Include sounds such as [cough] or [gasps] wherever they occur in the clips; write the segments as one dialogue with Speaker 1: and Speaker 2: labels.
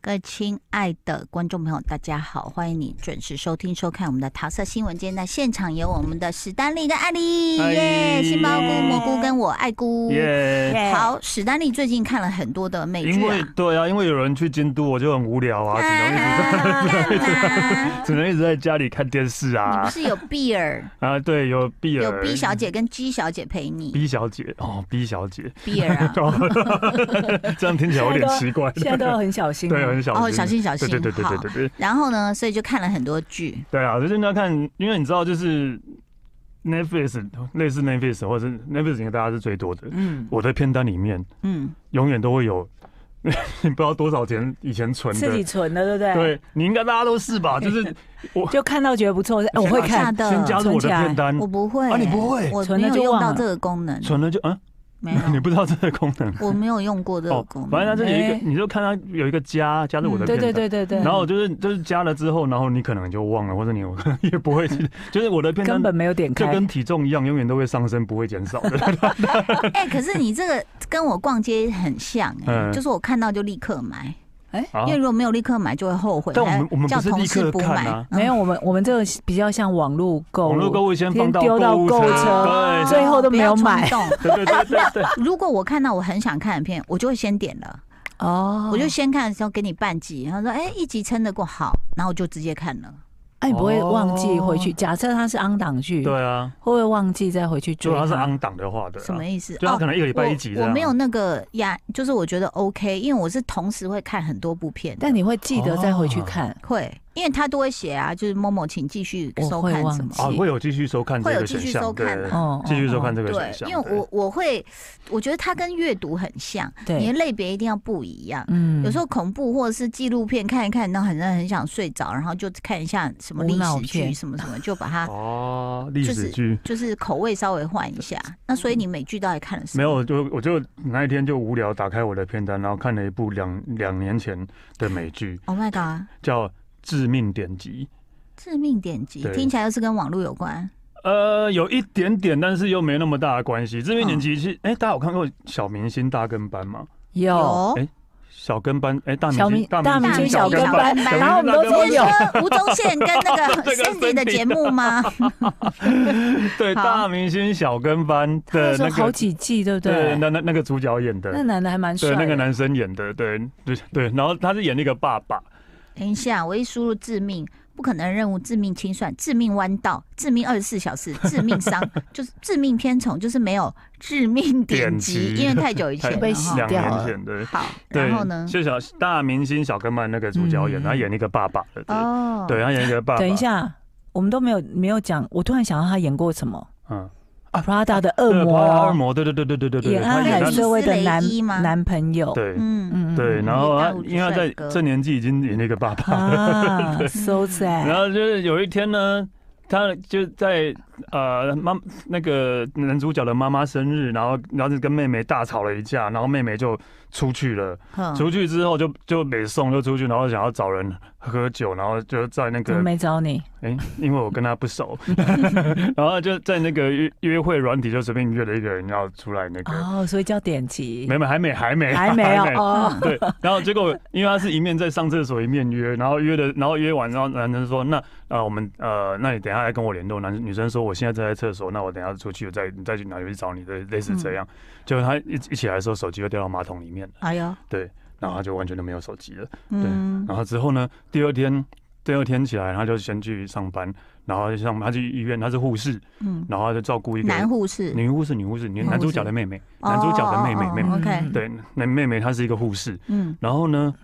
Speaker 1: 各位亲爱的观众朋友，大家好，欢迎你准时收听收看我们的桃色新闻。今天在现场有我们的史丹利跟艾丽，
Speaker 2: 嗨
Speaker 1: 耶，杏鲍菇、蘑菇跟我爱菇。
Speaker 2: 耶！
Speaker 3: 耶
Speaker 1: 好，史丹利最近看了很多的美
Speaker 2: 因
Speaker 1: 剧
Speaker 2: 为
Speaker 1: 啊，
Speaker 2: 对啊，因为有人去京都，我就很无聊啊，只能一直在、 [laughs]
Speaker 1: 干嘛
Speaker 2: 只能一直在家里看电视
Speaker 1: 你不 [laughs]
Speaker 2: 啊
Speaker 1: 是有 B 尔，
Speaker 2: 啊！对，有碧
Speaker 1: 嗯有
Speaker 2: 儿
Speaker 1: B 小姐跟 G 小姐陪你
Speaker 2: ，B 小姐哦，B 小姐，，
Speaker 1: ，B 尔啊
Speaker 2: [laughs] 这样听起来有点奇怪，
Speaker 3: [laughs] 现
Speaker 2: [laughs]
Speaker 3: 在都要很小心。啊
Speaker 2: 对，很小心，
Speaker 1: 哦小心小心
Speaker 2: 对对对对对对对
Speaker 1: 然后呢，所以就看了很多剧，
Speaker 2: 对啊！就是你要看，因为你知道，就是 Netflix 类似 Netflix 或者是 Netflix 应该大家是最多的，
Speaker 3: 嗯，
Speaker 2: 我的片单里面
Speaker 1: 嗯，
Speaker 2: 永远都会有， [laughs] 你不知道多少钱以前存的，
Speaker 3: 自己存的，对不对？，
Speaker 2: 对你应该大家都是吧？就是
Speaker 3: 就看到觉得不错，哎我会
Speaker 1: 假
Speaker 3: 看。
Speaker 1: 的，
Speaker 2: 先加入我的
Speaker 3: 存起来
Speaker 2: 片单，
Speaker 1: 我不会、
Speaker 2: 啊你不会
Speaker 1: 我
Speaker 3: 存
Speaker 1: 没有
Speaker 3: 了就
Speaker 1: 用
Speaker 3: 忘
Speaker 1: 到
Speaker 3: 了
Speaker 1: 这个功能，
Speaker 2: 存了就嗯，
Speaker 1: 没有，
Speaker 2: [laughs] 你不知道这个功能
Speaker 1: 我没有用过这个
Speaker 2: 哦
Speaker 1: 功能。。
Speaker 2: 反正它这里有一个，
Speaker 3: 哎
Speaker 2: 你就看它有一个加加入我的
Speaker 1: 嗯
Speaker 3: 对
Speaker 2: 片
Speaker 3: 对
Speaker 2: 单。
Speaker 3: 对对对，
Speaker 2: 然后就是就是加了之后，然后你可能就忘了，或者你 [laughs] 也不会记，就是我的片
Speaker 3: 根
Speaker 2: 单
Speaker 3: 本没有点
Speaker 2: 就
Speaker 3: 开。
Speaker 2: 跟体重一样，永远都会上升，不会减少
Speaker 1: [laughs]
Speaker 2: 的。
Speaker 1: 哎、可是你这个跟我逛街很像、哎，
Speaker 2: 嗯
Speaker 1: 就是我看到就立刻买，
Speaker 2: 啊
Speaker 1: 因为如果没有立刻买就会后悔，
Speaker 2: 但我们
Speaker 1: 还
Speaker 2: 我们
Speaker 1: 叫
Speaker 2: 不是
Speaker 1: 同
Speaker 2: 立刻
Speaker 1: 事补买
Speaker 2: 看啊，
Speaker 1: 嗯
Speaker 3: 没有，我们我们这个比较像网络购物，
Speaker 2: 网络购物先放到
Speaker 3: 先丢到
Speaker 2: 物
Speaker 3: 购物
Speaker 1: 哦
Speaker 2: 车，
Speaker 3: 最后都没有买
Speaker 1: 不要冲动 [laughs]
Speaker 2: 对对对对对，
Speaker 1: 如果我看到我很想看的片，我就会先点了，
Speaker 3: 哦，
Speaker 1: 我就先看的时候给你半集，然后说哎、一集撑得过好，然后我就直接看了。
Speaker 3: 哎，你不会忘记回去？
Speaker 2: 哦
Speaker 3: 假设它是 on 档剧，
Speaker 2: 对啊，
Speaker 3: 会不会忘记再回去追
Speaker 2: 如果
Speaker 3: 它？
Speaker 2: 它是昂档的话，对
Speaker 1: 啊什么
Speaker 2: 啊，
Speaker 1: 意思？哦
Speaker 2: 就它可能一个礼拜一集这
Speaker 1: 我。我
Speaker 2: 样啊
Speaker 1: 没有那个呀，就是我觉得 OK，因为我是同时会看很多部片的，
Speaker 3: 但你会记得再回去看。
Speaker 1: 会，因为他都会写啊，就是某某请继续收看什么
Speaker 2: 啊
Speaker 3: 我。忘记
Speaker 2: 会有继续收看这
Speaker 1: 会有
Speaker 2: 个
Speaker 1: 继
Speaker 2: 选
Speaker 1: 续收
Speaker 2: 项，
Speaker 1: 看
Speaker 2: 对
Speaker 1: 啊，
Speaker 3: 哦，
Speaker 2: 继续收看
Speaker 3: 这
Speaker 2: 这个
Speaker 1: 对
Speaker 2: 选，项。
Speaker 1: 因为
Speaker 2: 对
Speaker 1: 我我会，我觉得它跟阅读很像，你的
Speaker 3: 对，
Speaker 1: 类别一定要不一样。
Speaker 3: 嗯
Speaker 1: 有时候恐怖或者是纪录片看一看，然后很让人很想睡着，然后就看一下什么
Speaker 3: 无
Speaker 1: 历
Speaker 3: 脑
Speaker 1: 史剧
Speaker 3: 片
Speaker 1: 什么什么，就把它
Speaker 2: 哦，历
Speaker 1: 啊就是
Speaker 2: 史剧。
Speaker 1: 就是口味稍微换一下。那所以你美剧到底看了什么？
Speaker 2: 没有，就我就那一天就无聊，打开我的片单，然后看了一部两两年前的美剧，
Speaker 1: ？Oh my god！
Speaker 2: 叫《致命点击
Speaker 1: 致命点击
Speaker 2: 对
Speaker 1: 听起来又是跟网络有关。》。
Speaker 2: 呃，有一点点，但是又没那么大的关系。《致命点击》是，哎、大家有看过小明星大跟班吗？
Speaker 3: 有
Speaker 2: 哎小跟班，哎、大
Speaker 3: 小
Speaker 2: 明
Speaker 3: 明
Speaker 2: 星
Speaker 3: 大明星小跟班，
Speaker 1: 小明星
Speaker 3: 然后我们都
Speaker 2: 小
Speaker 3: 说
Speaker 2: 明星
Speaker 3: 有
Speaker 2: 大。
Speaker 1: 跟吴宗宪跟那个
Speaker 2: [laughs] 这个
Speaker 1: Cindy 的
Speaker 2: Cindy
Speaker 1: 节目吗？
Speaker 2: 对，
Speaker 1: 好
Speaker 2: 大明星小跟班
Speaker 3: 他
Speaker 2: 的
Speaker 3: 那时
Speaker 2: 那
Speaker 3: 候好
Speaker 2: 个，
Speaker 3: 几季，对不
Speaker 2: 对，
Speaker 3: 对？
Speaker 2: 那那那个主角演
Speaker 3: 那
Speaker 2: 的，
Speaker 3: 男的还蛮帅
Speaker 2: 对，
Speaker 3: 的，
Speaker 2: 那个男生演的，对对对，然后他是演那个爸爸，
Speaker 1: 等一下，我一输入致命，不可能任务、致命清算、致命弯道、致命二十四小
Speaker 2: [laughs]
Speaker 1: 时、致命伤，就是致命偏宠，就是没有致命点击，
Speaker 2: 点击
Speaker 1: 因为太久以前
Speaker 2: 太
Speaker 1: 了
Speaker 3: 被洗
Speaker 1: 哈
Speaker 2: 两
Speaker 3: 掉
Speaker 2: 年
Speaker 3: 了
Speaker 2: 前对。
Speaker 1: 好，
Speaker 2: 对，
Speaker 1: 然后呢？
Speaker 2: 就小大明星小跟班那个主角演，
Speaker 3: 嗯
Speaker 2: 他演一个爸爸的，对，
Speaker 1: 哦，
Speaker 2: 对，，啊他演一个爸爸。
Speaker 3: 等一，下，我们都没有没有讲，我突然想到他演过什么
Speaker 2: 嗯，
Speaker 3: ？Prada 的
Speaker 2: 对
Speaker 3: 恶
Speaker 2: 《巴恶
Speaker 3: 魔，
Speaker 2: 魔，对对对对对对对，
Speaker 3: 演安
Speaker 2: 演
Speaker 3: 海
Speaker 2: 他
Speaker 1: 瑟
Speaker 3: 瑟薇的男
Speaker 1: 伊斯雷伊吗
Speaker 3: 男朋友。
Speaker 2: 对
Speaker 1: 嗯，
Speaker 3: 嗯，嗯
Speaker 2: 对，
Speaker 3: 嗯
Speaker 2: 然后
Speaker 1: 一个大
Speaker 2: 他
Speaker 1: 陆
Speaker 2: 因为他在
Speaker 1: 帅哥
Speaker 2: 这年纪已经演了一个
Speaker 1: [laughs]
Speaker 2: 爸爸， [laughs]
Speaker 3: 啊，so
Speaker 2: 然
Speaker 3: sad。
Speaker 2: 后就是有一天呢。他就在呃妈那个男主角的妈妈生日，然后然后就跟妹妹大吵了一架，然后妹妹就出去了。
Speaker 1: 哼
Speaker 2: 出去之后就就北送就出去，然后想要找人喝酒，然后就在那
Speaker 3: 怎
Speaker 2: 个
Speaker 3: 么没找你？
Speaker 2: 哎、因为我跟他不熟， [laughs] 然后就在那个约约会软体就随便约了一个人，然后出来那个，
Speaker 3: 哦，所以叫点击，
Speaker 2: 没没还没还没
Speaker 3: 还没有哦。
Speaker 2: 对，然后结果因为他是一面在上厕所一面约，然后约的，然后约完，然后男生说那呃我们呃那你等一下来跟我联络，男女生说我现在正在厕所，那我等一下出去我再再去哪里去找你，类类似这
Speaker 3: 嗯
Speaker 2: 样，结果他一一起来的时候手机又掉到马桶里面了，
Speaker 1: 哎呦，
Speaker 2: 然后他就完全都没有手机了。
Speaker 1: 嗯，
Speaker 2: 然后之后呢，第二天第二天起来，他就先去上班，然后就上他去医院，他是护士，
Speaker 1: 嗯，
Speaker 2: 然后他就照顾一个
Speaker 1: 男护士，
Speaker 2: 女护士、女护士、女
Speaker 3: 女护士
Speaker 2: 男主角的妹妹，
Speaker 1: 哦
Speaker 2: 男主角的妹妹
Speaker 1: 哦哦
Speaker 2: 妹妹
Speaker 1: ，OK，
Speaker 2: 对，那妹妹她是一个护士，
Speaker 1: 嗯，
Speaker 2: 然后呢，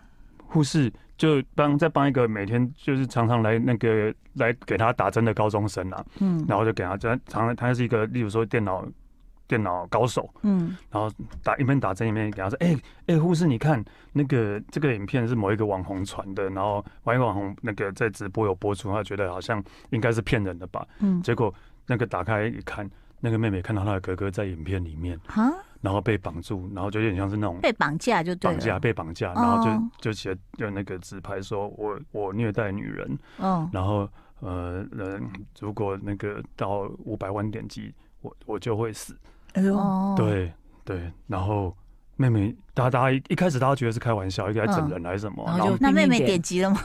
Speaker 2: 护士就帮再帮一个每天就是常常来那个来给他打针的高中生啊，
Speaker 1: 嗯，
Speaker 2: 然后就给他，他常他是一个，例如说电脑电脑高手，
Speaker 1: 嗯，
Speaker 2: 打一边打针一边给他说：“哎、哎，护、士，你看那个这个影片是某一个网红传的，然后某一个网红那个在直播有播出，他觉得好像应该是骗人的吧？
Speaker 1: 嗯，
Speaker 2: 结果那个打开一看，那个妹妹看到她的哥哥在影片里面，
Speaker 1: 哈，
Speaker 2: 然后被绑住，然后就有点像是那种
Speaker 1: 被绑架就对
Speaker 2: 绑架
Speaker 1: 了，
Speaker 2: 被绑架，然后
Speaker 1: 哦
Speaker 2: 就就写就那个自拍说我我虐待女人，
Speaker 1: 嗯，
Speaker 2: 然后呃呃，如果那个到五百万点击，我我就会死。
Speaker 3: 哎呦，
Speaker 1: 哦，
Speaker 2: 对对，然后妹妹，大家大家一一开始大家觉得是开玩笑，应该整人还是什么，
Speaker 3: 嗯然
Speaker 2: 然
Speaker 3: 后
Speaker 2: 后
Speaker 3: 就
Speaker 1: 那妹妹
Speaker 3: 拼命点
Speaker 1: 点击了吗？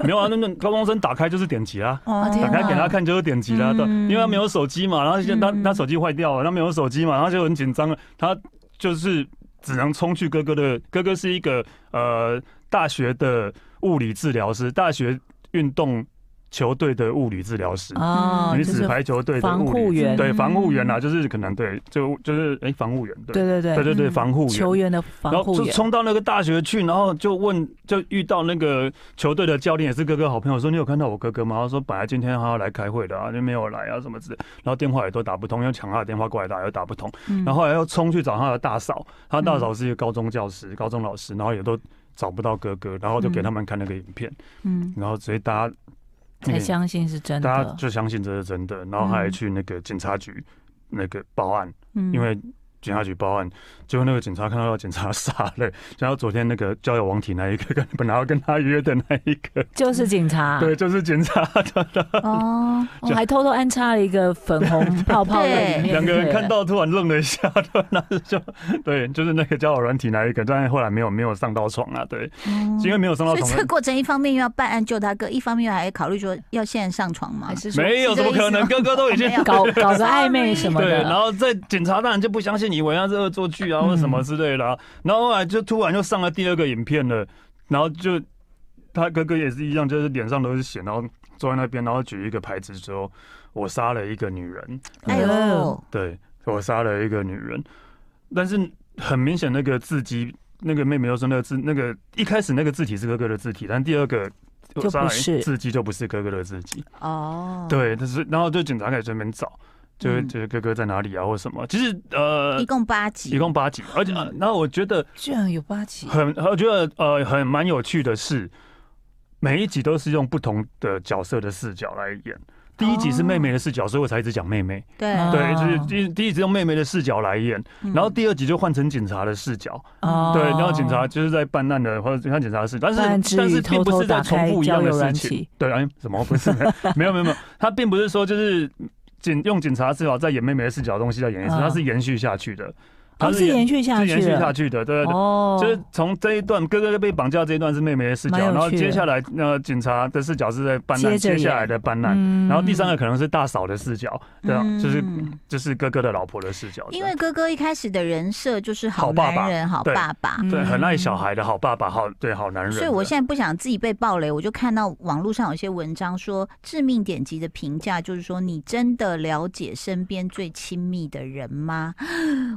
Speaker 2: 没有啊，那那高中生打开就是点击啦。
Speaker 3: [laughs] 哦
Speaker 1: 天
Speaker 2: 打开给
Speaker 1: 哪
Speaker 2: 他看就是点击啦，对，
Speaker 1: 嗯
Speaker 2: 因为他没有手机嘛，然后现在他
Speaker 1: 嗯
Speaker 2: 他手机坏掉了，他没有手机嘛，然后就很紧张了，他就是只能冲去哥哥的，哥哥是一个呃大学的物理治疗师，大学运动球队的物理治疗师，
Speaker 3: 哦，
Speaker 2: 女
Speaker 3: 就
Speaker 2: 子
Speaker 3: 是
Speaker 2: 排球队的
Speaker 3: 防
Speaker 2: 物
Speaker 3: 护
Speaker 2: 理，
Speaker 3: 员，
Speaker 2: 对防护员啦，
Speaker 1: 嗯
Speaker 2: 就是可能对就就是哎、防护员对
Speaker 3: 对
Speaker 2: 对
Speaker 3: 对对，
Speaker 2: 对对
Speaker 1: 嗯
Speaker 2: 防护员
Speaker 3: 球员的
Speaker 2: 然
Speaker 3: 防
Speaker 2: 后
Speaker 3: 护
Speaker 2: 就
Speaker 3: 员，
Speaker 2: 冲到那个大学去，然后就问，就遇到那个球队的教练，也是哥哥好朋友，说你有看到我哥哥吗？他说本来今天他要来开会的啊，就没有来啊什么之类的，然后电话也都打不通，又抢他的电话过来打又打不通，
Speaker 3: 嗯
Speaker 2: 然后后来又冲去找他的大嫂，他大嫂是一个高中教师、高中老师，然后也都找不到哥哥，然后就给他们看那个影片，
Speaker 3: 嗯，
Speaker 2: 然后所以大家那
Speaker 3: 才嗯
Speaker 2: 个
Speaker 3: 相信是真
Speaker 2: 大家
Speaker 3: 的，
Speaker 2: 就相信这是真的，然后还去那个警察局那个报案。
Speaker 3: 嗯
Speaker 2: 因为警察局报案，结果那个警察看到警察傻了， [laughs] 然后昨天那个交友网体那一个 [laughs] 跟本来要跟他约的那一个，
Speaker 3: 就是警
Speaker 1: 啊
Speaker 2: [laughs]
Speaker 3: 察，
Speaker 2: 对，就是警察，
Speaker 1: 哦，
Speaker 3: 我还偷偷安插了一个粉红泡泡在里面，
Speaker 2: 两个人
Speaker 3: 对
Speaker 2: 看到突然愣了一下，然后就 [laughs] 对，就是那个交友软体那一个，但是后来没有没有上到床啊，对，
Speaker 1: 嗯
Speaker 2: [laughs] 是因为没有上到
Speaker 1: 所以这个
Speaker 2: 床。
Speaker 1: 过程一方面又要办案救他哥，一方面还要考虑说要现在上床嘛
Speaker 3: 还。是说
Speaker 2: 没有
Speaker 1: 是这
Speaker 2: 怎
Speaker 1: 个
Speaker 2: 么可
Speaker 1: 意思
Speaker 2: 能？
Speaker 1: 吗
Speaker 2: 哥哥都已经
Speaker 1: 没有
Speaker 3: 搞搞个暧昧什么
Speaker 2: 对，
Speaker 3: 的，
Speaker 2: 然后在警察当然就不相信，以为他是恶作剧啊或什么之类的、
Speaker 3: 嗯
Speaker 2: 啊然后后来就突然又上了第二个影片了，然后就他哥哥也是一样，就是脸上都是血，然后坐在那边，然后举一个牌子说：“我杀了一个女人。
Speaker 3: 嗯
Speaker 1: 哎呦，
Speaker 2: 对我杀了一个女人，但是很明显那个字迹，那个妹妹又说那个字，那个一开始那个字体是哥哥的字体，但第二个。
Speaker 3: 就不
Speaker 2: 杀了
Speaker 3: 是
Speaker 2: 字迹就不是哥哥的字迹，
Speaker 1: 哦，，
Speaker 2: 对，但是然后就警察开始这边找，就是
Speaker 1: 嗯
Speaker 2: 就是哥哥在哪里啊，或什么。其实呃
Speaker 1: 一，共八集，
Speaker 2: 一共八集，而且、呃
Speaker 1: 嗯
Speaker 2: 然后我觉得
Speaker 3: 居然有八集，
Speaker 2: 很，我觉得呃很蛮有趣的是，每一集都是用不同的角色的视角来演。第一集是妹妹的视角，所以我才一直讲妹妹。
Speaker 1: 对，
Speaker 2: 嗯
Speaker 3: 哦
Speaker 2: 对，就是第第一集用妹妹的视角来演，
Speaker 1: 嗯
Speaker 2: 然后第二集就换成警察的视角。
Speaker 3: 哦
Speaker 2: 对，然后警察就是在办案的，或者看警察的视角，
Speaker 3: 办案
Speaker 2: 但
Speaker 3: 之
Speaker 2: 是但
Speaker 3: 余
Speaker 2: 是并
Speaker 3: 偷
Speaker 2: 不
Speaker 3: 偷
Speaker 2: 是在
Speaker 3: 打
Speaker 2: 重
Speaker 3: 开
Speaker 2: 复一
Speaker 3: 交
Speaker 2: 样的
Speaker 3: 友
Speaker 2: 事
Speaker 3: 软
Speaker 2: 情。
Speaker 3: 体，
Speaker 2: 对，哎，什么不是？没有没有没有，他并不是说就是警用警察视角在演妹妹的视角的东西在演一次，
Speaker 3: 嗯
Speaker 2: 他是延续下去的，他
Speaker 3: 哦，是延续下
Speaker 2: 是
Speaker 3: 去
Speaker 2: 延续
Speaker 3: 了
Speaker 2: 下去的，对对对。
Speaker 3: 哦，
Speaker 2: 就是从这一段哥哥被绑架这一段是妹妹的视角，
Speaker 3: 蛮有
Speaker 2: 然后
Speaker 3: 趣的
Speaker 2: 接下来呃警察的视角是在办案，
Speaker 3: 接着
Speaker 2: 接
Speaker 3: 演
Speaker 2: 下来的办案，
Speaker 3: 嗯
Speaker 2: 然后第三个可能是大嫂的视角，对啊，
Speaker 1: 嗯
Speaker 2: 就是就是哥哥的老婆的视角，
Speaker 1: 因为哥哥一开始的人设就是好
Speaker 2: 好爸爸
Speaker 1: 男人、好
Speaker 2: 对
Speaker 1: 爸爸，
Speaker 2: 对很爱小，
Speaker 3: 嗯
Speaker 2: 孩的好爸爸，好对好男人的，
Speaker 1: 所以我现在不想自己被暴雷，我就看到网络上有些文章说，致命点击的评价就是说，你真的了解身边最亲密的人吗？ [gasps]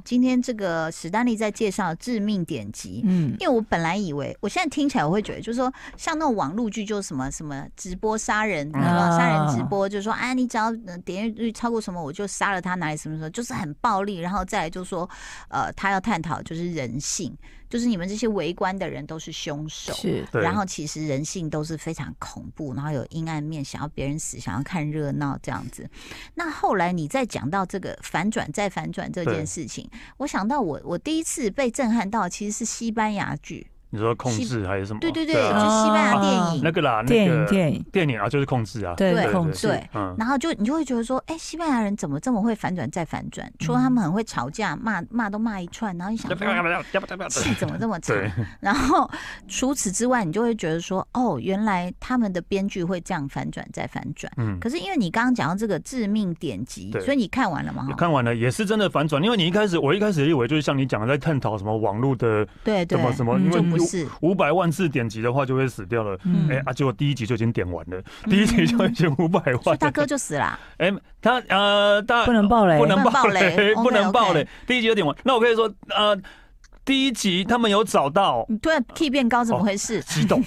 Speaker 1: 今天这个史丹利在介绍致命点击。
Speaker 3: 嗯，
Speaker 1: 因为我本来以为，我现在听起来我会觉得，就是说，像那种网络剧，就是什么什么直播杀人，有没有杀人直播，就是说，哎，你只要呃点阅率超过什么，我就杀了他，哪里什么什么，就是很暴力。然后再来就说，呃，他要探讨就是人性，就是你们这些围观的人都是凶手。
Speaker 3: 嗯是
Speaker 2: 对
Speaker 1: 然后其实人性都是非常恐怖，然后有阴暗面，想要别人死，想要看热闹这样子。那后来你再讲到这个反转再反转这件
Speaker 2: 对
Speaker 1: 事情，我想到我我第一次被震撼到，其实是西班牙剧，
Speaker 2: 你说控制还是什么？
Speaker 1: 对对对，
Speaker 2: 啊
Speaker 1: 就西班牙电
Speaker 2: 哦那
Speaker 1: 影。
Speaker 2: 个啦，
Speaker 3: 电
Speaker 2: 那
Speaker 3: 影
Speaker 2: 个
Speaker 3: 电影
Speaker 2: 电影啊，就是控制啊，
Speaker 1: 对
Speaker 3: 对控制
Speaker 1: 对，
Speaker 2: 嗯，
Speaker 1: 然后就你就会觉得说，哎，西班牙人怎么这么会反转再反转？除了他
Speaker 2: 嗯
Speaker 1: 们很会吵架，骂骂都骂一串，然后你想说
Speaker 2: [laughs]
Speaker 1: 气怎么这么长？
Speaker 2: 对，
Speaker 1: 然后除此之外，你就会觉得说，哦，原来他们的编剧会这样反转再反转。
Speaker 2: 嗯。
Speaker 1: 可是因为你刚刚讲到这个致命点击，
Speaker 2: 对
Speaker 1: 所以你看完了嘛？
Speaker 2: 我
Speaker 1: 哈，
Speaker 2: 看完了，也是真的反转，因为你一开始，我一开始以为就是像你讲的，在探讨什么网络的
Speaker 1: 对对
Speaker 2: 什，么什么，
Speaker 3: 嗯
Speaker 2: 因为
Speaker 1: 就
Speaker 2: 五
Speaker 1: 不是
Speaker 2: [laughs] 五百万次点击的话就会死掉了。
Speaker 3: 嗯
Speaker 2: 哎、啊，结果第一集就已经点完了，第一集就已经五百
Speaker 1: 所
Speaker 2: 万
Speaker 1: 以嗯大哥就死了啊。
Speaker 2: 哎、他呃，大
Speaker 3: 不能爆雷，
Speaker 2: 不能
Speaker 1: 不能
Speaker 2: 爆
Speaker 1: 爆雷
Speaker 2: 雷，不能
Speaker 1: OK，OK
Speaker 2: 爆雷，第一集就点完。那我可以说，呃，第一集他们有找到
Speaker 1: 你突然 T 变高，怎么回事？
Speaker 2: 哦激动，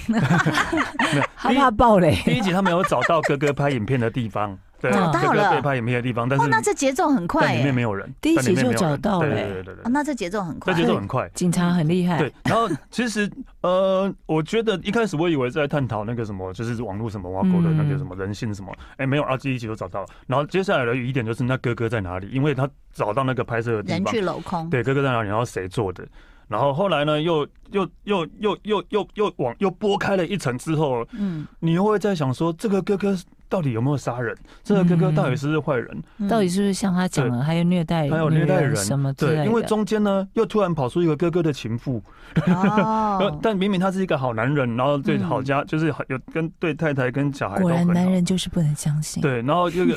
Speaker 2: 没有
Speaker 3: 害怕爆雷，
Speaker 2: 第一第一集他们有找到哥哥拍影片的
Speaker 1: [laughs]
Speaker 2: 地方，对，
Speaker 3: 找
Speaker 1: 到
Speaker 2: 哥哥
Speaker 1: 了
Speaker 2: 被拍影片的地方，但是
Speaker 1: 哦，那这节奏很快
Speaker 2: 但里
Speaker 1: 耶
Speaker 2: 面！没有人，
Speaker 3: 第一
Speaker 2: 但里
Speaker 3: 集
Speaker 2: 面
Speaker 3: 就
Speaker 2: 没有人
Speaker 3: 找到
Speaker 2: 对
Speaker 3: 了
Speaker 2: 对
Speaker 3: 欸
Speaker 2: 对对对
Speaker 1: 哦，那这节奏很
Speaker 2: 这
Speaker 1: 快，
Speaker 2: 节奏
Speaker 1: [laughs]
Speaker 2: 很快。
Speaker 3: 警察很厉害，
Speaker 2: 对，然后其实呃，我觉得一开始我以为在探讨那个什么，就是网络什么挖沟的那
Speaker 1: 嗯
Speaker 2: 个什么人性什么，哎、没有，啊，第一集都找到了。然后接下来的疑点就是那哥哥在哪里？因为他找到那个拍摄的地
Speaker 1: 人
Speaker 2: 方
Speaker 1: 去，楼空。
Speaker 2: 对，哥哥在哪里？然后谁做的？然后后来呢，又又又又又又又往又拨开了一层之后，
Speaker 1: 嗯，
Speaker 2: 你又会在想说，这个哥哥到底有没有杀人？这个哥哥到底是不是坏人？
Speaker 1: 嗯
Speaker 3: 到底是不是像他讲的，还有虐待，
Speaker 2: 还有虐待人
Speaker 3: 什么之类
Speaker 2: 对，
Speaker 3: 的？
Speaker 2: 因为中间呢又突然跑出一个哥哥的情妇，呃
Speaker 1: 哦，
Speaker 2: 但明明他是一个好男人，然后对
Speaker 3: 嗯
Speaker 2: 好家就是好有跟对太太跟小孩都
Speaker 3: 果然
Speaker 2: 很
Speaker 3: 男
Speaker 2: 好
Speaker 3: 人就是不能相信。
Speaker 2: 对，然后又
Speaker 3: [laughs]
Speaker 2: 有，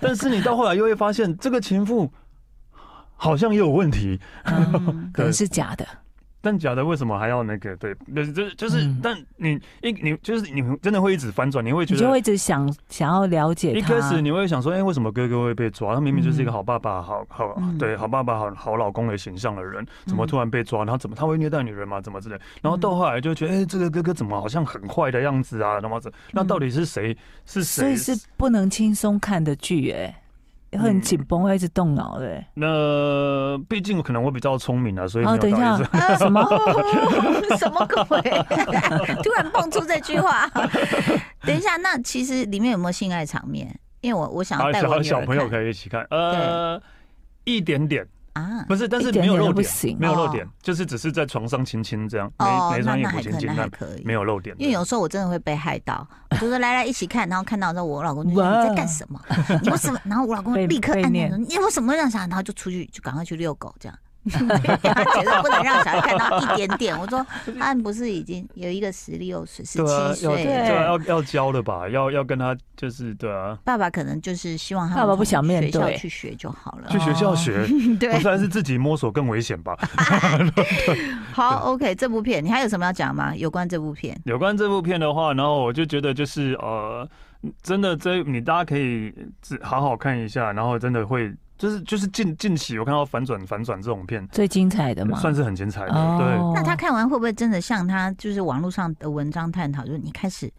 Speaker 2: 但是你到后来又会发现这个情妇好像也有问题， [laughs]
Speaker 3: 嗯，
Speaker 1: 嗯
Speaker 3: 可能是假的。
Speaker 2: 但假的为什么还要那个？对，就是就是就是，
Speaker 3: 嗯
Speaker 2: 但你一你就是你真的会一直反转，你会觉
Speaker 3: 你就
Speaker 2: 得
Speaker 3: 会一直想想要了解
Speaker 2: 一
Speaker 3: 他。
Speaker 2: 开始你会想说，哎、为什么哥哥会被抓？他明明就是一个好爸爸、好好
Speaker 3: 嗯
Speaker 2: 对好爸爸、好好老公的形象的人，怎么突然被抓？然后怎么他会虐待女人吗？怎么之类？然
Speaker 3: 嗯
Speaker 2: 后到后来就觉得，哎、这个哥哥怎么好像很坏的样子啊？然后这那到底是谁？是
Speaker 3: 所
Speaker 2: 谁？嗯
Speaker 3: 以是不能轻松看的剧、哎，很紧绷，会一直动脑的、哎
Speaker 2: 那毕竟可能我比较聪明啊，所以没
Speaker 3: 哦
Speaker 2: 有
Speaker 3: 等一下
Speaker 2: 到
Speaker 3: [laughs]
Speaker 2: 底是
Speaker 3: 什么？
Speaker 1: 哦 [laughs] 什么鬼？突然蹦出这句话。等一下，那其实里面有没有性爱场面？因为我我想
Speaker 2: 啊
Speaker 1: 要带我
Speaker 2: 小
Speaker 1: 女儿
Speaker 2: 小朋友
Speaker 1: 看
Speaker 2: 可以一起看，呃，一点点，
Speaker 1: 啊。
Speaker 2: 不是，但是
Speaker 3: 一点
Speaker 2: 没有
Speaker 3: 点都
Speaker 2: 露
Speaker 3: 不
Speaker 2: 点，
Speaker 3: 行
Speaker 2: 没有露
Speaker 1: 哦
Speaker 2: 点，就是只是在床上亲亲这样，
Speaker 1: 哦
Speaker 2: 没没
Speaker 1: 那
Speaker 2: 穿衣
Speaker 1: 那还
Speaker 2: 服亲
Speaker 1: 可
Speaker 2: 亲，
Speaker 1: 那还
Speaker 2: 但
Speaker 1: 可以
Speaker 2: 没。有露点的，
Speaker 1: 因为有时候我真的会被害到，我就说来来一起看，然后看到之后我老公就
Speaker 3: 哇哦
Speaker 1: 说你在干什么？你为什么？然后我老公
Speaker 3: 被
Speaker 1: 立刻
Speaker 3: 被
Speaker 1: 按
Speaker 3: 念
Speaker 1: 钮说你为什么会让小孩？然后就出去就赶快去遛狗这样。 [laughs] 他绝对不能让小孩看到一点点。我
Speaker 3: [laughs]
Speaker 1: 说他们不是已经有一个十六岁、十
Speaker 2: 对啊，
Speaker 1: 七
Speaker 2: 要
Speaker 1: 岁
Speaker 2: 对
Speaker 1: 了，
Speaker 2: 啊，要要教的吧，要要跟他就是对啊，
Speaker 1: 爸爸可能就是希望他
Speaker 3: 爸
Speaker 1: 们
Speaker 3: 爸不
Speaker 1: 从
Speaker 3: 想面
Speaker 1: 学校
Speaker 3: 对
Speaker 1: 去学就好了哦
Speaker 2: 去。学校学，
Speaker 1: [laughs] 对
Speaker 2: 不，是还是自己摸索更危险吧？
Speaker 1: 好，OK，这部片你还有什么要讲吗？有关这部片，
Speaker 2: [laughs]
Speaker 3: 哦
Speaker 2: 有关这部片的话，然后我就觉得就是呃，真的这你大家可以只好好看一下，然后真的会就是就是近近期我看到反转反转这种片，
Speaker 3: 最精彩的嘛？
Speaker 2: [laughs] 算是很精彩的，对。
Speaker 3: 哦
Speaker 1: 那他看完会不会真的像他就是网络上的文章探讨，就是你开始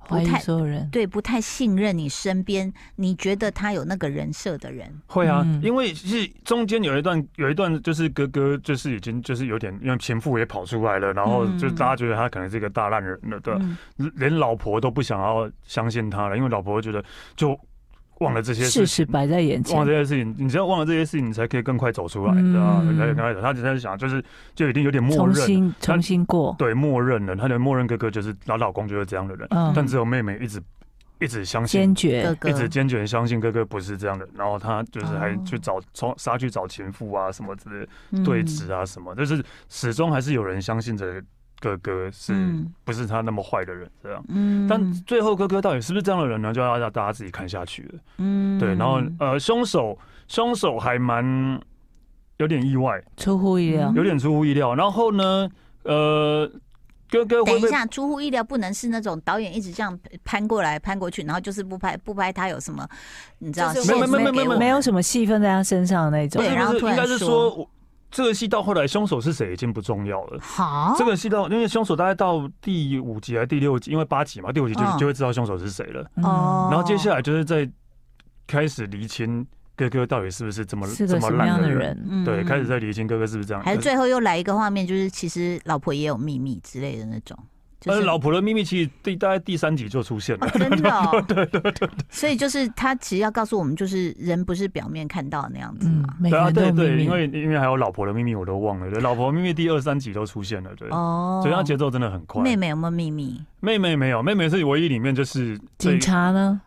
Speaker 3: 怀疑所有人，
Speaker 1: 对不太信任你身边你觉得他有那个人设的人？
Speaker 2: 会啊，
Speaker 3: 嗯
Speaker 2: 因为是中间有一段有一段就是哥哥就是已经就是有点因为前夫也跑出来了，然后就
Speaker 3: 嗯
Speaker 2: 大家觉得他可能是一个大烂人了，对啊吧，
Speaker 3: 嗯
Speaker 2: 连老婆都不想要相信他了，因为老婆觉得就忘了这些
Speaker 3: 事
Speaker 2: 事情。
Speaker 3: 实摆在眼前
Speaker 2: 忘了。这些事情，你只要忘了这些事情，你才可以更快走出来，
Speaker 3: 嗯
Speaker 2: 对吧？你才可以更快走。他只是想，就是就已经有点默
Speaker 3: 重
Speaker 2: 认，
Speaker 3: 新重新过，
Speaker 2: 对，默认了。他的默认哥哥就是，然后老公就是这样的人，
Speaker 3: 嗯
Speaker 2: 但只有妹妹一直一直相信
Speaker 3: 坚
Speaker 1: 哥
Speaker 3: 决，
Speaker 1: 哥
Speaker 2: 一直坚决相信哥哥不是这样的，然后他就是还
Speaker 3: 哦
Speaker 2: 去找从杀去找情妇啊什么之类的对
Speaker 3: 嗯
Speaker 2: 峙啊什么，就是始终还是有人相信着哥哥是
Speaker 1: 嗯
Speaker 2: 不是他那么坏的人啊这样。
Speaker 1: 嗯
Speaker 2: 但最后哥哥到底是不是这样的人呢？就要让大家自己看下去了。
Speaker 1: 嗯
Speaker 2: 对，然后呃，凶手凶手还蛮有点意外，
Speaker 3: 出乎意料
Speaker 1: 嗯。
Speaker 2: 有点出乎意料。然后呢，呃，哥哥
Speaker 1: 等
Speaker 2: 会
Speaker 1: 一
Speaker 2: 不会
Speaker 1: 下，出乎意料，不能是那种导演一直这样攀过来攀过去，然后就是不拍不拍他有什么，你知道？
Speaker 3: 就是
Speaker 1: 线
Speaker 2: 我
Speaker 1: 索
Speaker 2: 没有
Speaker 1: 给
Speaker 2: 没有
Speaker 1: 我
Speaker 3: 没有什么戏份在他身上的那种
Speaker 2: 不，是
Speaker 1: 对然
Speaker 2: 不
Speaker 1: 后
Speaker 2: 是
Speaker 1: 突
Speaker 2: 应
Speaker 1: 然
Speaker 2: 该是
Speaker 1: 说
Speaker 2: 说我这个戏到后来凶手是谁已经不重要了。
Speaker 1: 好
Speaker 2: 这个戏到，因为凶手大概到第五集还是第六集，因为八集嘛，第五集就、
Speaker 1: 嗯
Speaker 2: 就会知道凶手是谁了。
Speaker 3: 嗯
Speaker 1: 哦，
Speaker 2: 然后接下来就是在开始厘清哥哥到底是不是这么
Speaker 3: 是
Speaker 2: 这
Speaker 3: 个
Speaker 2: 么
Speaker 3: 什么
Speaker 2: 烂
Speaker 3: 样
Speaker 2: 的
Speaker 3: 的
Speaker 2: 人。
Speaker 3: 人？
Speaker 1: 嗯
Speaker 2: 对，开始在厘呃清哥哥是不是这样。
Speaker 1: 还是最后又来一个画面，就是其实老婆也有秘密之类的那种，就
Speaker 2: 呃
Speaker 1: 是、
Speaker 2: 老婆的秘密其实第大概第三集就出现了
Speaker 1: 哦。真的、
Speaker 2: [laughs]
Speaker 1: 哦，对对对，所以就是他其实要告诉我们，就是人不是表面看到的那样子
Speaker 3: 嗯
Speaker 1: 嘛，。
Speaker 3: 每个
Speaker 2: 对啊，
Speaker 3: 人都
Speaker 2: 对
Speaker 3: 有秘
Speaker 2: 对，因
Speaker 3: 密。
Speaker 2: 为因为还有老婆的秘密我都忘了，对，老婆的秘密第二三集都出现了，对，
Speaker 1: 哦，
Speaker 2: 所以他节奏真的很快。
Speaker 1: 妹妹有没有秘密？
Speaker 2: 妹妹没有，妹妹是唯一里面就是最
Speaker 3: 警察呢，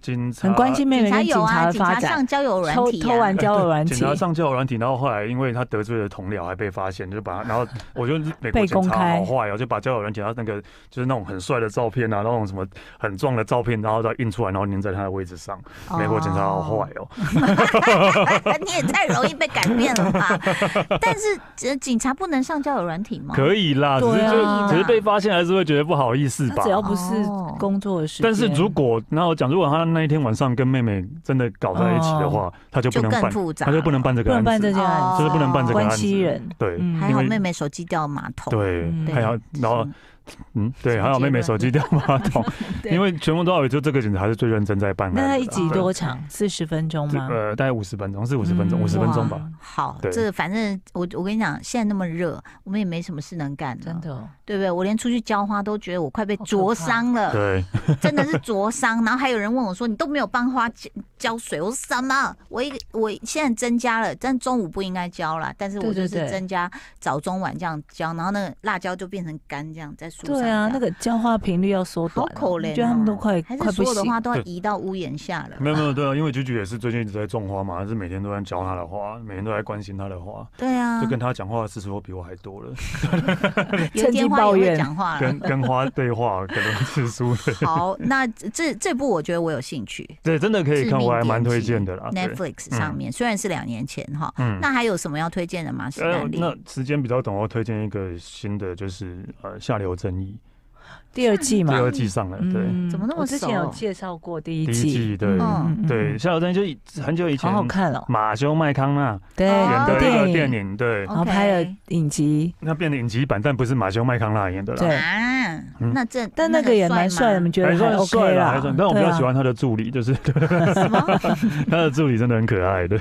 Speaker 2: 警察
Speaker 3: 很关心妹妹跟警
Speaker 1: 有啊，
Speaker 3: 察的
Speaker 1: 警
Speaker 3: 发
Speaker 1: 察
Speaker 3: 展
Speaker 1: 上。交友软
Speaker 3: 偷
Speaker 1: 体、啊、
Speaker 3: 偷玩交友软
Speaker 2: 警
Speaker 3: 体
Speaker 2: 察，上交友软体，然后后来因为他得罪了同僚，还被发现，就把他，然后我觉得美国
Speaker 3: 被
Speaker 2: 警
Speaker 3: 公
Speaker 2: 察
Speaker 3: 开
Speaker 2: 好坏哦，就把交友软体他那个就是那种很帅的照片啊，那种什么很壮的照片，然后再印出来，然后粘在他的位置上。美国警察好坏 [laughs] 哦，
Speaker 1: 哦， [laughs] 你也太容易被改变了吧？但是呃警察不能上交友软体吗？
Speaker 2: 可以啦，只是
Speaker 3: 对
Speaker 2: 就
Speaker 3: 啊
Speaker 2: 只是被发现还是会觉得不好意思
Speaker 3: 他
Speaker 2: 吧
Speaker 3: 只。要不是
Speaker 1: 哦
Speaker 3: 工作的时间，
Speaker 2: 但是如果那我讲，如果他那一天晚上跟妹妹真的搞在一起的
Speaker 3: 哦
Speaker 2: 话，他就不
Speaker 1: 就
Speaker 2: 能
Speaker 1: 更
Speaker 2: 办，
Speaker 1: 复杂，
Speaker 2: 他就不能。办这
Speaker 3: 不
Speaker 2: 个
Speaker 3: 能
Speaker 2: 案
Speaker 3: 办这
Speaker 2: 子，
Speaker 3: 件案
Speaker 1: 哦
Speaker 2: 就
Speaker 3: 子，
Speaker 2: 是不能办这个案子。
Speaker 3: 关系人，
Speaker 2: 对
Speaker 3: 嗯
Speaker 1: 还
Speaker 2: 因
Speaker 1: 好
Speaker 2: 为
Speaker 1: 妹妹手机掉马桶。
Speaker 2: 对
Speaker 3: 嗯，
Speaker 2: 还有然后嗯，对，还有妹妹手机掉马
Speaker 3: [laughs]
Speaker 2: 桶，
Speaker 1: 对
Speaker 2: 因为全国多少也就这个警察是最认真在办案的
Speaker 3: 那
Speaker 2: 啦。
Speaker 3: 他一集
Speaker 2: 对
Speaker 3: 多长？四十分钟
Speaker 2: 这
Speaker 3: 吗？
Speaker 2: 呃，大概五十分钟，是五十分钟，
Speaker 3: 嗯
Speaker 2: 五十分钟
Speaker 1: 哇
Speaker 2: 吧。
Speaker 1: 好，
Speaker 2: 对
Speaker 1: 这反正我我跟你讲，现在那么热，我们也没什么事能干了，
Speaker 3: 真，的哦，
Speaker 1: 对不对？我连出去浇花都觉得我快被
Speaker 3: 好可
Speaker 1: 灼
Speaker 3: 怕
Speaker 1: 伤了，
Speaker 2: 对，
Speaker 1: 真的是灼伤。然后还有人问我说：“你都没有帮花浇浇水？”我说：“什么？我一个我现在增加了，但中午不应该浇啦。但是我
Speaker 3: 对
Speaker 1: 就
Speaker 3: 对
Speaker 1: 是
Speaker 3: 对
Speaker 1: 增加早中晚这样浇，然后那个辣椒就变成干这样在树上这
Speaker 3: 对
Speaker 1: 样。
Speaker 3: 啊，那个讲话频率要缩
Speaker 1: 好
Speaker 3: 短，
Speaker 1: 口
Speaker 3: 我
Speaker 1: 令、哦，
Speaker 3: 觉得他们都快
Speaker 1: 还
Speaker 3: 快
Speaker 1: 是所
Speaker 3: 不
Speaker 1: 有的
Speaker 3: 行。
Speaker 1: 话都要
Speaker 2: 对
Speaker 1: 移到屋檐下了。
Speaker 2: 没有没有，对啊，因为菊菊也是最近一直在种花嘛，还是每天都在教他的花，每天都在关心他的花，
Speaker 1: 对啊
Speaker 2: 就，跟他讲话的次数都比我还多
Speaker 3: [laughs]
Speaker 2: 了，
Speaker 1: 有一天
Speaker 3: 趁
Speaker 1: 花
Speaker 3: 机
Speaker 1: 也
Speaker 3: 抱
Speaker 1: 会
Speaker 3: 怨
Speaker 1: 讲话了
Speaker 2: 跟。跟花对话可能次数了。
Speaker 1: 好，那这这部我觉得我有兴趣，
Speaker 2: 对，真的可以
Speaker 1: 致
Speaker 2: 看，
Speaker 1: 命
Speaker 2: 我还蛮
Speaker 1: 点
Speaker 2: 推
Speaker 1: 击
Speaker 2: 荐的啦。啊对，
Speaker 1: Netflix 上面，虽然是两年前哈，
Speaker 2: 嗯
Speaker 1: 那还有什么要推荐的吗？史
Speaker 2: 呃
Speaker 1: 丹，利
Speaker 2: 那时间比较短，我推荐一个新的，就是呃《下流正义
Speaker 3: 第二季》嘛
Speaker 2: 第，二季上了，对，
Speaker 3: 嗯
Speaker 1: 怎么那么
Speaker 3: 我之前有
Speaker 1: 熟
Speaker 3: 介绍过第一
Speaker 2: 第一季
Speaker 3: 季，
Speaker 2: 对
Speaker 3: 嗯，
Speaker 2: 对，《下流正义》就以很久以前
Speaker 3: 好好看哦，
Speaker 2: 马修麦康纳
Speaker 3: 对，
Speaker 1: 哦
Speaker 2: 演的
Speaker 1: 对
Speaker 2: 一个
Speaker 3: 电
Speaker 2: 电，影，对，
Speaker 3: 然后哦拍了影集，
Speaker 2: 那变得影集版，但不是马修麦康纳演的啦。
Speaker 3: 对
Speaker 1: 啊，
Speaker 2: 嗯
Speaker 1: 那这
Speaker 3: 但那个也蛮帅
Speaker 1: 吗
Speaker 3: 的，你们觉
Speaker 2: 还
Speaker 3: 得
Speaker 2: 算
Speaker 3: OK
Speaker 2: 哎帅啦，
Speaker 3: 啦
Speaker 2: 还算，？但我比
Speaker 3: 对
Speaker 2: 较
Speaker 3: 啊
Speaker 2: 喜欢他的助理，就是
Speaker 1: 什么
Speaker 2: [laughs] 他的助理真的很可爱，对，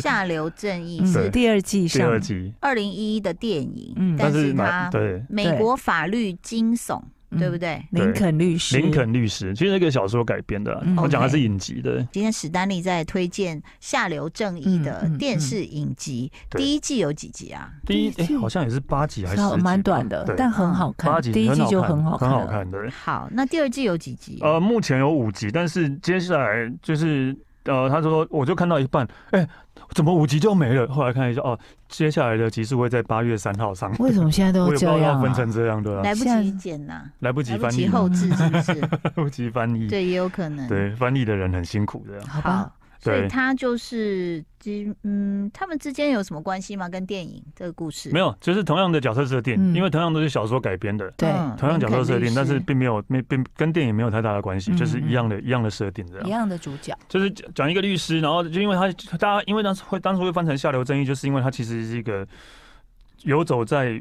Speaker 1: 下流正义
Speaker 3: 嗯
Speaker 2: 对
Speaker 1: 是
Speaker 3: 第二季
Speaker 2: 第
Speaker 3: 上，
Speaker 2: 二季，
Speaker 1: 二零一一的电影，
Speaker 3: 嗯
Speaker 1: 但
Speaker 2: 但
Speaker 1: 是
Speaker 2: 蛮
Speaker 1: 它
Speaker 2: 对
Speaker 1: 美国法律惊悚，
Speaker 3: 嗯
Speaker 1: 对不？对？
Speaker 3: 林肯律师，
Speaker 2: 林肯律师，其实那个小说改编的啦
Speaker 3: 嗯，
Speaker 2: 我讲的
Speaker 1: OK
Speaker 2: 是影集的，
Speaker 1: 今天史丹利在推荐《下流正义》的
Speaker 3: 嗯嗯嗯
Speaker 1: 电视影集，
Speaker 2: 对
Speaker 1: 第一季有几集啊？
Speaker 2: 第一
Speaker 3: 第一季
Speaker 2: 诶好像也是八集还是十
Speaker 3: 超
Speaker 2: 集
Speaker 3: 蛮
Speaker 2: 吧
Speaker 3: 短的
Speaker 2: 对，
Speaker 3: 但很好看
Speaker 2: 八。集
Speaker 3: 第一季就很好
Speaker 2: 很
Speaker 3: 看
Speaker 2: 好
Speaker 3: 了，
Speaker 2: 看的。
Speaker 1: 好，那第二季有几集？
Speaker 2: 呃，目前有五集，但是接下来就是呃，他说我就看到一半，哎、怎么五集就没了？后来看一下，哦，接下来的集数会在八月三号上。
Speaker 3: 为什么现在
Speaker 2: 我也
Speaker 3: 都
Speaker 2: 不知
Speaker 3: 这
Speaker 2: 道要
Speaker 3: 样
Speaker 2: 分
Speaker 3: 啊？
Speaker 2: 成这样，对吧、
Speaker 1: 来不
Speaker 3: 现
Speaker 1: 及
Speaker 3: 在
Speaker 1: 剪呐，
Speaker 2: 来不及
Speaker 1: 来不
Speaker 2: 翻
Speaker 1: 及
Speaker 2: 译，
Speaker 1: 后置是不是？
Speaker 2: [laughs] 来不及翻译，
Speaker 1: 对，也有可能。，
Speaker 2: 对，翻译的人很辛苦的。
Speaker 3: 好吧，
Speaker 1: 好。所以
Speaker 2: 对
Speaker 1: 他就是，基嗯，他们之间有什么关系吗？跟电影这个故事
Speaker 2: 没有，就是同样的角色设定，
Speaker 3: 嗯
Speaker 2: 因为同样都是小说改编的，
Speaker 3: 对，
Speaker 1: 嗯
Speaker 2: 同样角色设定，
Speaker 1: 林肯律师
Speaker 2: 但是并没有没并跟电影没有太大的关系，
Speaker 3: 嗯
Speaker 2: 就是一样的一样的设定这样
Speaker 3: 一。样的主角，
Speaker 2: 就是讲讲一个律师，然后就因为他大家因为当时会当初会翻成下流争议，就是因为他其实是一个游走在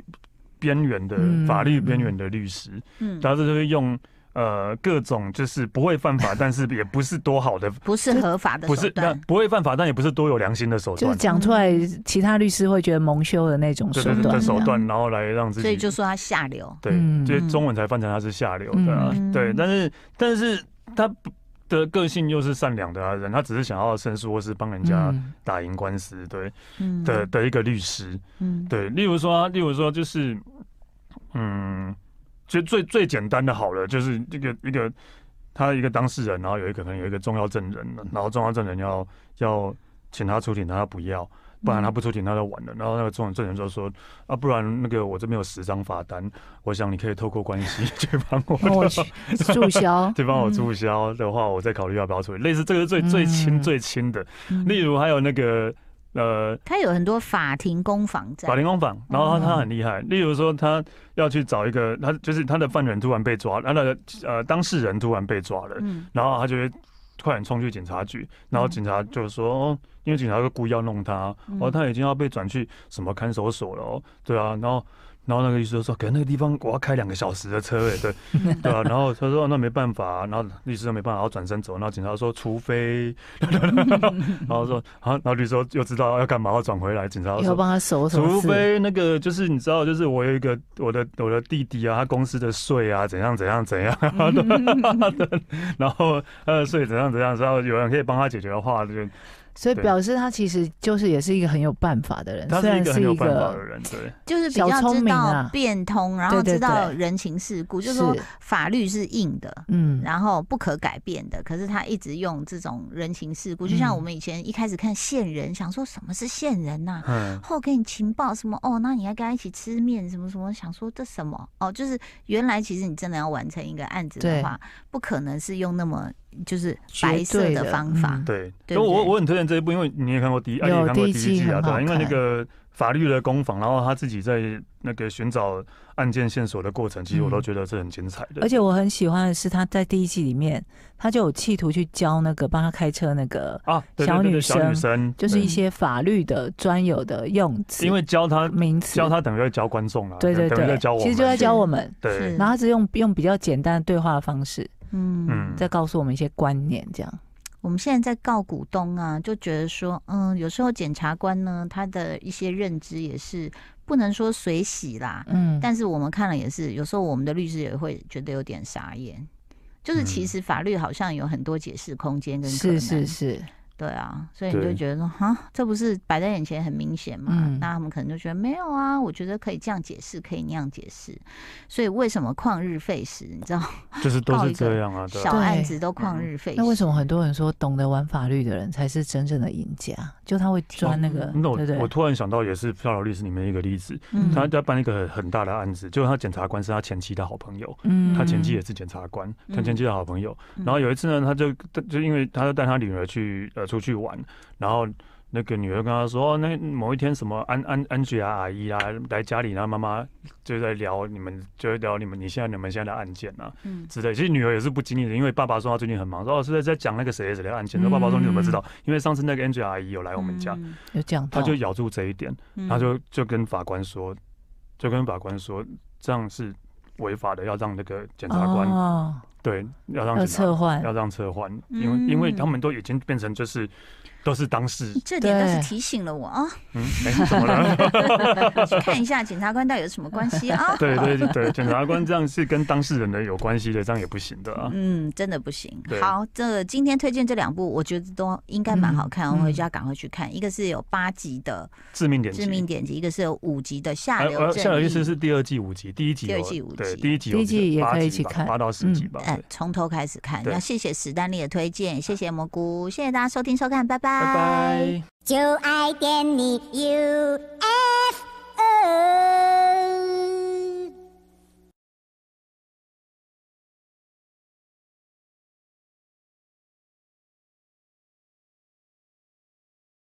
Speaker 2: 边缘的
Speaker 3: 嗯
Speaker 2: 法律边缘的律师，
Speaker 1: 嗯，
Speaker 2: 然后这就是用呃各种就是不会犯法，但是也不是多好
Speaker 3: [laughs]
Speaker 2: 的，
Speaker 1: 不是合法的
Speaker 2: 不
Speaker 1: 手
Speaker 2: 是那
Speaker 1: 段，
Speaker 2: 不会犯法，但也不是多有良心的手
Speaker 3: 就是
Speaker 2: 段，
Speaker 3: 讲出来，其他律师会觉得蒙羞的那种
Speaker 2: 对
Speaker 3: 手
Speaker 2: 对对
Speaker 3: 段
Speaker 2: 的
Speaker 1: 嗯。
Speaker 2: 手段，然后来让自己
Speaker 1: 所以就说他下流。
Speaker 2: 对，
Speaker 3: 嗯
Speaker 2: 所以中文才翻成他是下流的、啊，
Speaker 1: 嗯
Speaker 2: 对，但是但是他的个性又是善良的啊人，他只是想要申诉或是帮人家
Speaker 3: 嗯
Speaker 2: [laughs] 打赢官司，对
Speaker 1: 嗯，
Speaker 2: 的，的一个律师。
Speaker 1: 嗯，
Speaker 2: 对，例如说啊，例如说就是，嗯，就最最简单的好了，就是这个一个他一个当事人，然后有一个可能有一个重要证人，然后重要证人要要请他出庭，他不要，不
Speaker 3: 嗯
Speaker 2: 然他不出庭他就完了。然后那个重要证人就说啊，不然那个我这边有十张罚单，我想你可以透过关系 [laughs] 去帮我
Speaker 3: 那我
Speaker 2: 的，
Speaker 3: 哦去注销
Speaker 2: [laughs] 对帮我注销的话，我再考虑要不要处理。类似这个是最最轻
Speaker 3: 嗯
Speaker 2: 最轻的，
Speaker 1: 嗯
Speaker 2: 例如还有那个呃，
Speaker 1: 他有很多法庭攻防战
Speaker 2: 法，庭工
Speaker 1: 嗯
Speaker 2: 坊，然后他
Speaker 3: 哦
Speaker 2: 他很厉害，例如说他要去找一个，他就是他的犯人突然被抓，他的呃当事人突然被抓了，
Speaker 1: 嗯，
Speaker 2: 然后他就会快点冲去警察局，然后警察就说，哦，因为警察就故意要弄他，
Speaker 1: 嗯
Speaker 2: 哦，他已经要被转去什么看守所了，哦，对啊，然后然后那个律师就说，可能那个地方我要开两个小时的车，
Speaker 1: [laughs]
Speaker 2: 哎，对对啊，然后他说哦那没办法，然后律师说没办法，然后转身走，然后警察说除非， [laughs] 然后说好，然后律师说又知道要干嘛，要转回来，警察就
Speaker 3: 以后
Speaker 2: 说。
Speaker 3: 帮他守什
Speaker 2: 除
Speaker 3: 么事？
Speaker 2: 非那个就是你知道，就是我有一个我的我的弟弟啊，他公司的税啊怎样怎样怎样， [laughs] 然后他的税怎样怎样，然后有人可以帮他解决的话，就
Speaker 3: 所以
Speaker 2: 对
Speaker 3: 表示他其实就是也是一个很有办法的人，
Speaker 2: 他
Speaker 3: 虽
Speaker 2: 是一
Speaker 3: 然
Speaker 2: 个很
Speaker 3: 是
Speaker 2: 有
Speaker 3: 一
Speaker 2: 办法的
Speaker 3: 个
Speaker 2: 人，对，
Speaker 1: 就是比
Speaker 3: 小
Speaker 1: 较
Speaker 3: 聪
Speaker 1: 知
Speaker 3: 明
Speaker 1: 道
Speaker 3: 啊
Speaker 1: 变通，然后
Speaker 3: 对对
Speaker 1: 知道
Speaker 3: 对
Speaker 1: 人情世故，就是说法律是硬的。
Speaker 3: 嗯，
Speaker 1: 然后不可改变的，可是他一直用这种人情世故，就像
Speaker 3: 嗯
Speaker 1: 我们以前一开始看线人，想说什么是线人呐、
Speaker 2: 嗯，
Speaker 1: 后给你情报什么哦，那你还跟他一起吃面什么什么，想说这什么哦，就是原来其实你真的要完成一个案子的
Speaker 3: 对
Speaker 1: 话，不可能是用那么就是
Speaker 3: 绝
Speaker 1: 白色
Speaker 3: 对
Speaker 1: 的
Speaker 3: 的
Speaker 1: 方法
Speaker 3: 嗯，
Speaker 2: 对。
Speaker 1: 对
Speaker 2: 所以我
Speaker 1: 不对
Speaker 2: 我很推荐这一部，因为你也看过第一，啊你也
Speaker 3: 有
Speaker 2: 看过
Speaker 3: 第
Speaker 2: 第
Speaker 3: 一
Speaker 2: 一季
Speaker 3: 季
Speaker 2: 啊，
Speaker 3: 很好
Speaker 2: 对，因为那
Speaker 3: 看
Speaker 2: 个法律的攻防，然后他自己在那个寻找案件线索的过程，其实我都
Speaker 3: 嗯
Speaker 2: 觉得是很精彩的，
Speaker 3: 而且我很喜欢的是他在第一季里面，他就有企图去教那个帮他开车那个，
Speaker 2: 啊，对对
Speaker 3: 小
Speaker 2: 对
Speaker 3: 女
Speaker 2: 对小女
Speaker 3: 生
Speaker 2: 生
Speaker 3: 就是
Speaker 2: 对
Speaker 3: 一些法律的专有的用词，
Speaker 2: 因为教他
Speaker 3: 名词
Speaker 2: 教，他等于在教观众啦，啊
Speaker 3: 对对
Speaker 2: 等于在
Speaker 3: 对
Speaker 2: 教，我
Speaker 3: 其实
Speaker 2: 们嗯
Speaker 3: 就在教我们。
Speaker 2: 对
Speaker 1: 是
Speaker 3: 然后他是用用比较简单的对话的方式，
Speaker 1: 嗯
Speaker 2: 嗯
Speaker 3: 在告诉我们一些观念，这样。
Speaker 1: 我们现在在告股东啊，就觉得说，嗯，有时候检察官呢，他的一些认知也是不能说随喜啦，
Speaker 3: 嗯，
Speaker 1: 但是我们看了也是，有时候我们的律师也会觉得有点傻眼，就是其
Speaker 2: 嗯
Speaker 1: 实法律好像有很多解释空间跟可能，
Speaker 3: 是是是，
Speaker 1: 对啊，所以你就
Speaker 2: 对
Speaker 1: 觉得说，哈，这不是摆在眼前很明显嘛？
Speaker 3: 嗯
Speaker 1: 那他们可能就觉得没有啊，我觉得可以这样解释，可以那样解释。所以为什么旷日费时？你知道，
Speaker 2: 就是都
Speaker 1: 告一
Speaker 2: 是
Speaker 1: 个
Speaker 2: 这样啊，对
Speaker 1: 小
Speaker 2: 啊，
Speaker 1: 案子都旷日费时、
Speaker 3: 那为什么很多人说懂得玩法律的人才是真正的赢家？就他会钻那个，
Speaker 2: 哦那我
Speaker 3: 对不
Speaker 2: 我
Speaker 3: 对？
Speaker 2: 突然想到，也是《漂流律师》里面一个例子，
Speaker 1: 嗯
Speaker 2: 他在办一个很很大的案子，就是他检察官是他前妻的好朋友，
Speaker 3: 嗯
Speaker 2: 他前妻也是检察官，他前妻的好朋友。
Speaker 1: 嗯
Speaker 2: 然后有一次呢，他就就因为他就带他女儿去呃出去玩，然后那个女儿跟他说，哦、那某一天什么安安安吉拉阿姨啊来家里，然后妈妈就在聊你们，就在聊你们你现在你们现在的案件啊
Speaker 1: 嗯
Speaker 2: 之类。其实女儿也是不经意的，因为爸爸说他最近很忙，说哦是在在讲那个谁谁谁的案件，说爸爸说你怎么知道？因为上次那个安吉拉阿姨有来我们家，，
Speaker 3: 有讲
Speaker 2: 他
Speaker 3: 到，
Speaker 2: 就咬住这一点。
Speaker 1: 嗯
Speaker 2: 他就就跟法官说，就跟法官说，这样是违法的，要让那个检察官、
Speaker 3: 哦，
Speaker 2: 对，要让
Speaker 3: 要
Speaker 2: 检察
Speaker 3: 撤换，
Speaker 2: 要让撤换，因为、因为他们都已经变成就是都是当事，
Speaker 1: 这点倒
Speaker 3: 对
Speaker 1: 是提醒了我啊，
Speaker 2: 嗯，哎、怎么了？？
Speaker 1: 去看一下检察官到底有什么关系啊
Speaker 2: [laughs] 对对对，检察官这样是跟当事人的有关系的，这样也不行的啊。
Speaker 1: 嗯，真的不行。
Speaker 2: 对
Speaker 1: 好，这今天推荐这两部，我觉得都应该蛮好看，
Speaker 3: 嗯
Speaker 1: 我回家赶快去看。一个是有八集的
Speaker 2: 致命点
Speaker 1: 《
Speaker 2: 击，
Speaker 1: 致命典籍》，一个是有五集的《下
Speaker 2: 哎
Speaker 1: 流
Speaker 2: 呃
Speaker 1: 正义》。
Speaker 2: 下流律师是第二季五集，第一集
Speaker 1: 第
Speaker 2: 有
Speaker 1: 二季五
Speaker 2: 对
Speaker 1: 集
Speaker 2: 第一集有
Speaker 3: 第一季也
Speaker 2: 八
Speaker 3: 可以
Speaker 2: 集
Speaker 3: 一起
Speaker 2: 吧
Speaker 3: 看
Speaker 2: 八到十集
Speaker 3: 嗯
Speaker 2: 吧。
Speaker 1: 哎
Speaker 2: 对，
Speaker 1: 从头开始看。
Speaker 2: 对
Speaker 1: 那谢谢史丹利的推荐，谢谢蘑菇，谢谢大家收听收看，拜
Speaker 2: 拜拜。
Speaker 4: 就爱点你 UFO。